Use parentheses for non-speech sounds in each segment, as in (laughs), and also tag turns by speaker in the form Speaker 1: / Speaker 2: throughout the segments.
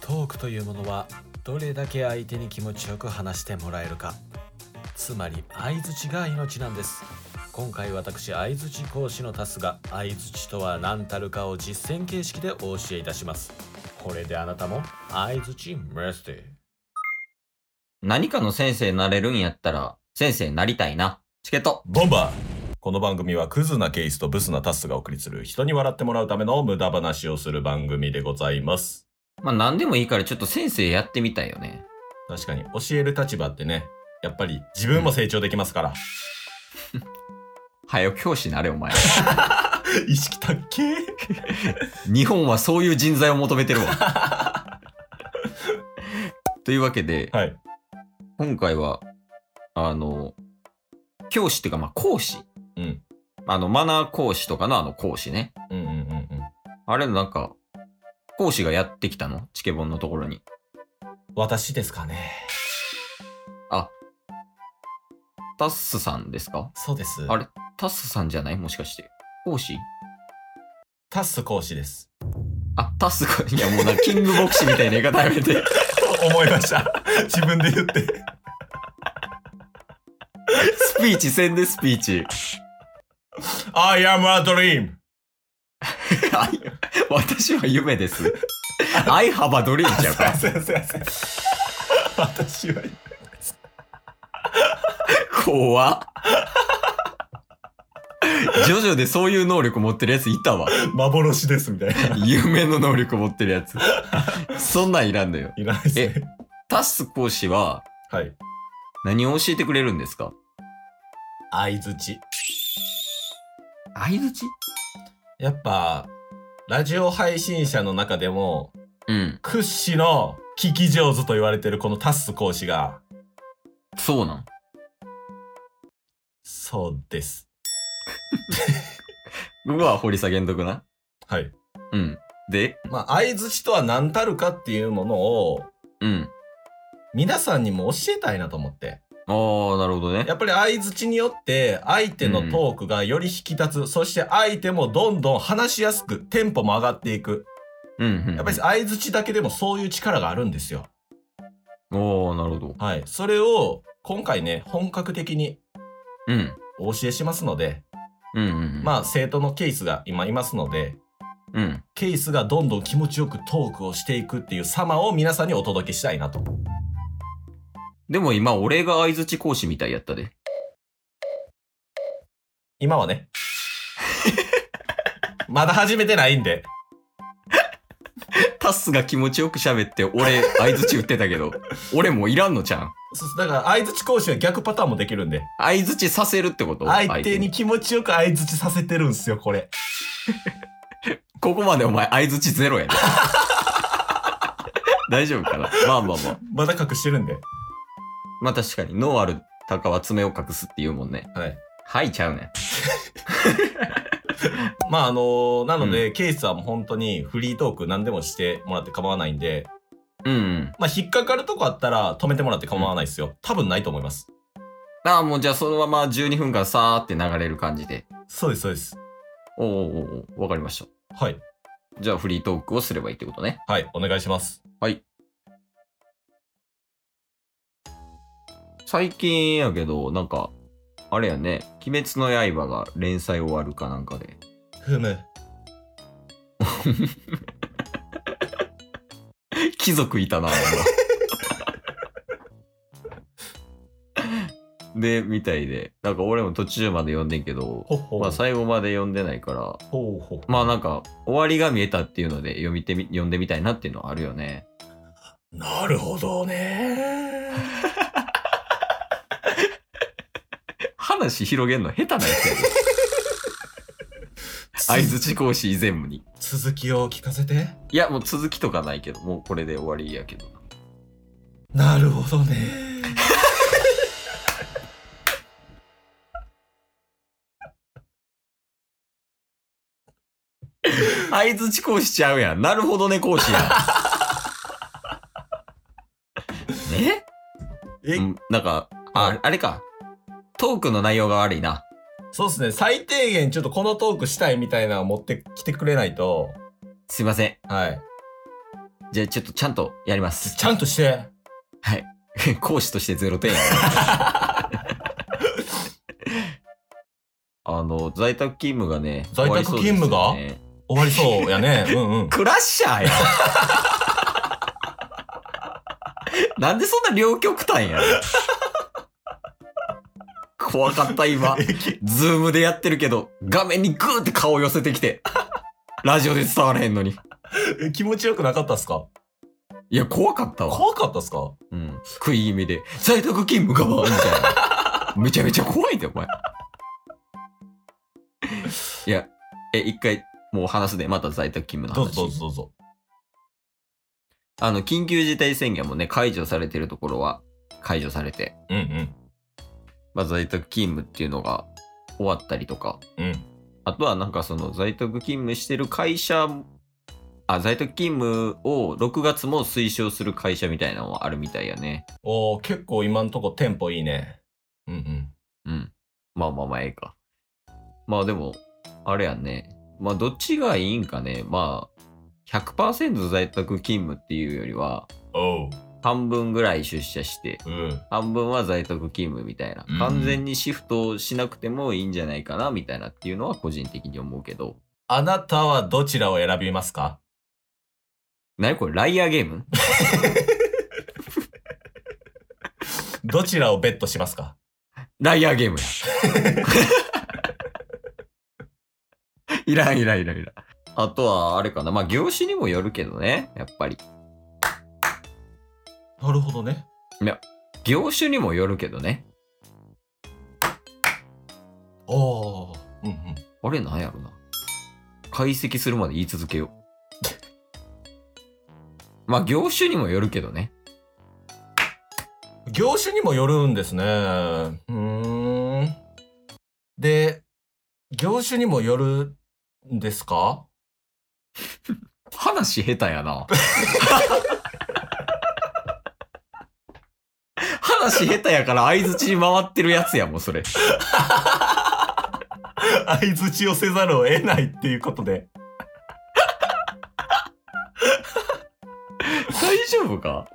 Speaker 1: トークというものはどれだけ相手に気持ちよく話してもらえるかつまり相槌が命なんです今回私相槌講師のタスが相槌とは何たるかを実践形式でお教えいたしますこれであなたも相槌メスティ
Speaker 2: 何かの先生になれるんやったら、先生になりたいな。チケット。
Speaker 3: ボンバーこの番組はクズなケイスとブスなタスがお送りする人に笑ってもらうための無駄話をする番組でございます。
Speaker 2: まあ何でもいいからちょっと先生やってみたいよね。
Speaker 3: 確かに教える立場ってね、やっぱり自分も成長できま
Speaker 1: (laughs)
Speaker 3: すから。
Speaker 2: はよ教師になれお
Speaker 3: (laughs)
Speaker 2: 前。
Speaker 3: 意識たっけ
Speaker 2: 日本はそういう人材を求めてるわ。
Speaker 3: (laughs)
Speaker 2: というわけで、
Speaker 3: はい。
Speaker 2: 今回は、あの、教師っていうかまあ講師。
Speaker 3: うん。
Speaker 2: あの、マナー講師とかのあの講師ね。
Speaker 3: うんうんうんうん。
Speaker 2: あれのなんか、講師がやってきたのチケボンのところに。
Speaker 3: 私ですかね。
Speaker 2: タッスさんですか
Speaker 3: そうです。
Speaker 2: あれタッスさんじゃないもしかして。講師
Speaker 3: タス講師です。 (laughs)
Speaker 2: あ、タスか、いやもうな、キングボクシーみたいな言い方やめて。
Speaker 3: 思いました。 (laughs) 自分で言って。
Speaker 2: スピーチせんで、スピーチ。
Speaker 3: I am a
Speaker 2: (laughs)
Speaker 3: dream!
Speaker 2: あい私は夢です。アイハバドリームちゃうか。
Speaker 3: すいませんすいま (laughs) せん。私は
Speaker 2: 怖っジョジョでそういう能力持ってるやついたわ。
Speaker 3: 幻ですみたいな。 (laughs)
Speaker 2: 夢の能力持ってるやつ。そんなんいらんのよ。
Speaker 3: いらないですね。
Speaker 2: タス講師は
Speaker 3: はい。
Speaker 2: 何を教えてくれるんですか
Speaker 3: 相槌。
Speaker 2: 相槌
Speaker 3: やっぱ、ラジオ配信者の中でも、
Speaker 2: うん。
Speaker 3: 屈指の聞き上手と言われてるこのタッス講師が、
Speaker 2: そうなん。
Speaker 3: そうです。
Speaker 2: 僕は掘り下げんとくな。
Speaker 3: はい。
Speaker 2: うん。で、
Speaker 3: まあ、相槌とは何たるかっていうものを、
Speaker 2: うん。
Speaker 3: 皆さんにも教えたいなと思って。
Speaker 2: ああ、なるほどね
Speaker 3: や。っぱり相槌によって、相手のトークがより引き立つ、そして相手もどんどん話しやすく、テンポも上がっていく。
Speaker 2: うん、うん。
Speaker 3: やっぱり相槌だけでもそういう力があるんですよ。
Speaker 2: おー、なるほど。
Speaker 3: はい。それを、今回ね、本格的に
Speaker 2: うん。
Speaker 3: お教えしますので、
Speaker 2: うん、うんうん。
Speaker 3: まあ生徒のケースが今いますので、
Speaker 2: うん。
Speaker 3: ケースがどんどん気持ちよくトークをしていくっていう様を皆さんにお届けしたいなと。
Speaker 2: でも今、俺が相槌講師みたいやったで。
Speaker 3: 今は
Speaker 2: (laughs)
Speaker 3: ね。まだ始めてないんで。
Speaker 2: タスが気持ちよく喋って、俺、相槌打ってたけど、 (laughs) 俺もういらんのじゃん。
Speaker 3: そうだから相槌講師は逆パターンもできるんで。
Speaker 2: 相槌させるってこと
Speaker 3: 相手に。気持ちよく相槌させてるんすよ、これ。
Speaker 2: ここまでお前、相槌ゼロやで。 (laughs) 大丈夫かなまあまあまあ。
Speaker 3: まだ隠してるんで。
Speaker 2: まあ確かに、脳ある鷹は爪を隠すって言うもんね。
Speaker 3: はい。
Speaker 2: はい、ちゃうねん。
Speaker 3: まああのーなので、ケースはもう本当にフリートーク何でもしてもらって構わないんで、
Speaker 2: うんうん。
Speaker 3: まあ引っかかるとこあったら止めてもらって構わないですよ。多分ないと思います。
Speaker 2: ああ、もうじゃあそのまま12分間さーって流れる感じで。
Speaker 3: そうです、そうです。
Speaker 2: おーおーおーわかりました。
Speaker 3: はい。
Speaker 2: じゃあフリートークをすればいいってことね。
Speaker 3: はい、お願いします。
Speaker 2: 最近やけど、なんか、あれやね、鬼滅の刃が連載終わるかなんかで。
Speaker 3: ふむ。
Speaker 2: 貴族いたな、俺は (laughs) で、みたいで。なんか俺も途中まで読んでんけど、
Speaker 3: ほほう。
Speaker 2: まあ最後まで読んでないから、
Speaker 3: ほうほう。
Speaker 2: まあなんか終わりが見えたっていうので読みてみ、読んでみたいなっていうのはあるよね。
Speaker 3: なるほど (laughs) ね。
Speaker 2: 話広げんの下手なやつやで。相槌講師以前に。
Speaker 3: 続きを聞かせて。
Speaker 2: いや、もう続きとかないけど、もうこれで終わりやけど。
Speaker 3: なるほどね。
Speaker 2: 相づち講師ちゃうやん。なるほどね、講師やん。ね
Speaker 3: (laughs) え
Speaker 2: うんなんか、あ、あれか。トークの内容が悪いな。
Speaker 3: そうですね。最低限ちょっとこのトークしたいみたいなのを持ってきてくれないと。
Speaker 2: すいません。
Speaker 3: はい。
Speaker 2: じゃあちょっとちゃんとやります。
Speaker 3: ちゃんとして。
Speaker 2: はい。 (laughs) 講師として0点や。 (laughs) あの、在宅勤務がね、
Speaker 3: 在宅勤務が
Speaker 2: 終わりそうですよ
Speaker 3: 終わ
Speaker 2: ね
Speaker 3: りそうや (laughs) ね。うんうん。
Speaker 2: クラッシャーや。なんでそんな両極端や。怖かった今。ズームでやってるけど、画面にグーって顔寄せてきて。ラジオで伝わらへんのに。
Speaker 3: え気持ちよくなかったっすか
Speaker 2: いや、怖かったわ。
Speaker 3: 怖かったっすか
Speaker 2: うん。食い気味で、在宅勤務かもみたいな。めちゃめちゃ怖いで、お前。いや、え、一回、もう話すで、また在宅勤務の
Speaker 3: どうぞど
Speaker 2: 話。
Speaker 3: うぞどうぞ。
Speaker 2: あの、緊急事態宣言もね、解除されてるところは解除されて、
Speaker 3: うんうん。
Speaker 2: まあ、在宅勤務っていうのが終わったりとか、
Speaker 3: うん。
Speaker 2: あとはなんかその在宅勤務してる会社、あ、在宅勤務を6月も推奨する会社みたいなのはあるみたいやね。
Speaker 3: おー結構今んとこテンポいいね。うんうん。
Speaker 2: うん。まあまあまあ、ええか。まあでも、あれやね。まあどっちがいいんかね。まあ、100%在宅勤務っていうよりは、
Speaker 3: おう。
Speaker 2: 半分ぐらい出社して、
Speaker 3: うん。
Speaker 2: 半分は在宅勤務みたいな
Speaker 3: うん
Speaker 2: 完全にシフトをしなくてもいいんじゃないかなみたいなっていうのは個人的に思うけど
Speaker 3: あなたはどちらを選びますか
Speaker 2: 何これライアーゲー (laughs) ム
Speaker 3: どちらをベットしますか
Speaker 2: ライアーゲームやいらんいらんいらんいらんあとはあれかなまあ業種にもよるけどねやっぱり
Speaker 3: なるほどね。
Speaker 2: 業種にもよるけどね
Speaker 3: おー。うんうん。
Speaker 2: あれなんやろな解析するまで言い続け (laughs) ようまあ業種にもよるけどね
Speaker 3: 業種にもよるんですね。うーん。で、業種にもよるんですか
Speaker 2: 話下手やな。話下手やから相づちに回ってるやつやもん、それ。
Speaker 3: (laughs) 相づちをせざるを得ないっていうことで。
Speaker 2: 大丈夫か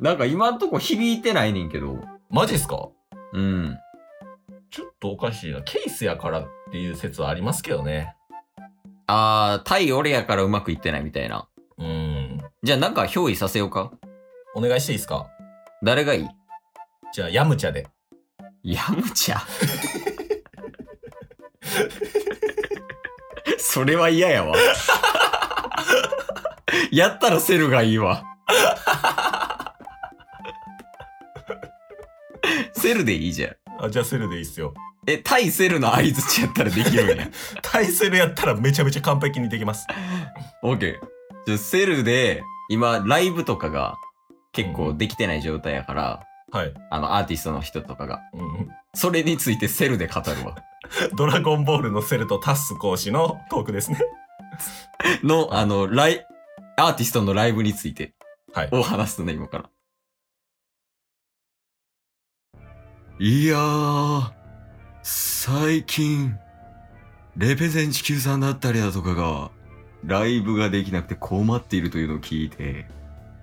Speaker 2: なんか今んとこ響いてないねんけど。
Speaker 3: マジっすか
Speaker 2: うん。
Speaker 3: ちょっとおかしいな。ケースやからっていう説はありますけどね。
Speaker 2: あー、対俺やからうまくいってないみたいな。
Speaker 3: うーん。
Speaker 2: じゃあなんか憑依させようか
Speaker 3: お願いしていいですか
Speaker 2: 誰がい
Speaker 3: じゃあ、ヤムチャで。
Speaker 2: いヤムチャ。それは嫌やわ。やったらセルがいいわ。セルでいいじゃん。
Speaker 3: あ、じゃあセルでいいっすよ。
Speaker 2: え、対セルの相づちやったらできるんや。
Speaker 3: 対セルやったらめちゃめちゃ完璧にできます。
Speaker 2: オッケー。じゃあセルで、今、ライブとかが結構できてない状態やから、
Speaker 3: はい。
Speaker 2: あの、アーティストの人とかが。
Speaker 3: うんうん、
Speaker 2: それについてセルで語るわ。
Speaker 3: ドラゴンボールのセルとタッス講師のトークですね。
Speaker 2: の、あの、ライ、アーティストのライブについて、
Speaker 3: はい
Speaker 2: を話すね、今から。いやー、最近、レペゼン地球さんだったりだとかが、ライブができなくて困っているというのを聞いて、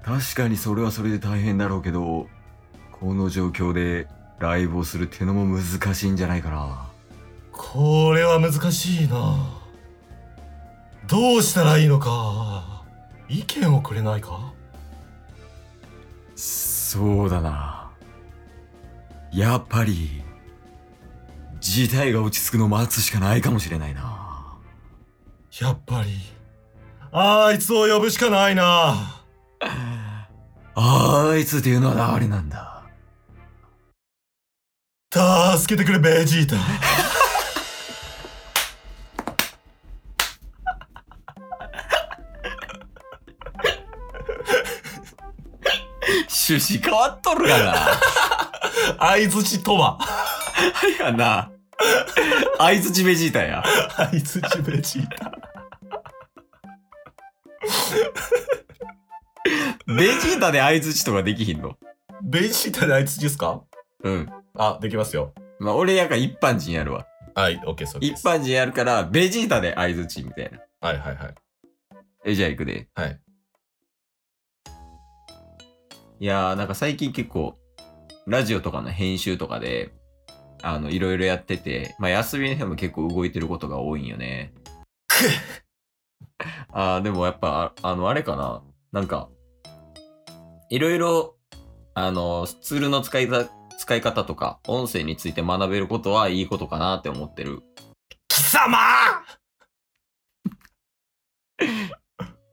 Speaker 2: 確かにそれはそれで大変だろうけど、この状況でライブをするってのも難しいんじゃないかな。
Speaker 3: これは難しいな。どうしたらいいのか。意見をくれないか
Speaker 2: そうだな。やっぱり、事態が落ち着くのを待つしかないかもしれないな。
Speaker 3: やっぱり。あいつを呼ぶしかないな。
Speaker 2: あいつっていうのはあれなんだ。
Speaker 3: 助けてくれ、ベジータ。
Speaker 2: 趣旨変わっとるがな。 (laughs)
Speaker 3: 相づちとは。
Speaker 2: やな。相づちベジータや。
Speaker 3: 相づちベジータ。
Speaker 2: ベジータで相づちとかできひんの。
Speaker 3: ベジータで相づちですか
Speaker 2: うん。
Speaker 3: あ、できますよ。
Speaker 2: まあ、俺やから一般人やるわ。
Speaker 3: はい、オッケーそう
Speaker 2: 一
Speaker 3: です。
Speaker 2: 般人やるから、ベジータで相づちみたいな。
Speaker 3: はいはいはい。
Speaker 2: え、じゃあ行くで。
Speaker 3: はい。
Speaker 2: いやー、なんか最近結構、ラジオとかの編集とかで、あの、いろいろやってて、まあ、休みの日も結構動いてることが多いんよね。 (laughs) あー、でもやっぱ、ああの、あれかな。なんか、いろいろ、あの、ツールの使いざ使い方とか、音声について学べることはいいことかなって思ってる。
Speaker 3: 貴様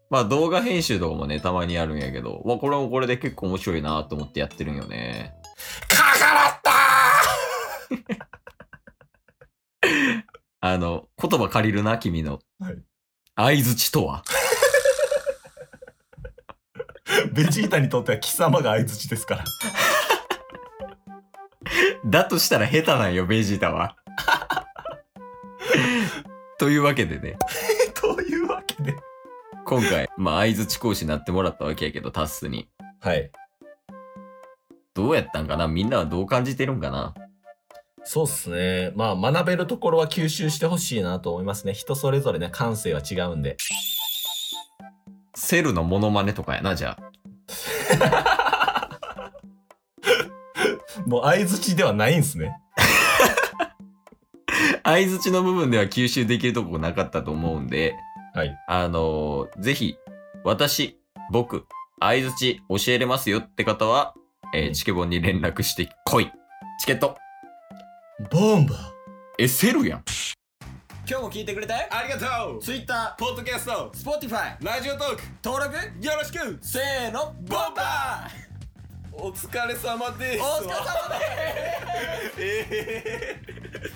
Speaker 2: まあ動画編集とかもね、たまにやるんやけど、まあこれもこれで結構面白いなと思ってやってるんよね。
Speaker 3: かからった
Speaker 2: あの、言葉借りるな、君の。
Speaker 3: はい。
Speaker 2: 相づとは
Speaker 3: ベジータにとっては貴様が相づちですから。
Speaker 2: だとしたら下手なんよ、ベジータは。というわけでね、
Speaker 3: というわけで。
Speaker 2: 今回、まあ相づ講師になってもらったわけやけど、タッスに。
Speaker 3: はい。
Speaker 2: どうやったんかなみんなはどう感じてるんかな
Speaker 3: そうっすね。まあ、学べるところは吸収してほしいなと思いますね。人それぞれね、感性は違うんで。
Speaker 2: セルのモノマネとかやな、じゃあ。
Speaker 3: もう相づちではないんすね。
Speaker 2: 相づの部分では吸収できるとこなかったと思うんで、
Speaker 3: はい。
Speaker 2: あのーぜひ、私、僕、相づち教えれますよって方は、えーチケボンに連絡してこい。チケット。
Speaker 3: ボンバー
Speaker 2: え、セルやん。
Speaker 1: 今日も聞いてくれたよ
Speaker 4: ありがとう
Speaker 1: Twitter、
Speaker 4: ポッドキャスト
Speaker 1: Spotify、
Speaker 4: ラジオトーク
Speaker 1: 登録
Speaker 4: よろしく
Speaker 1: せーのボンバー
Speaker 4: お疲れ様です
Speaker 1: お疲れ様です
Speaker 4: えー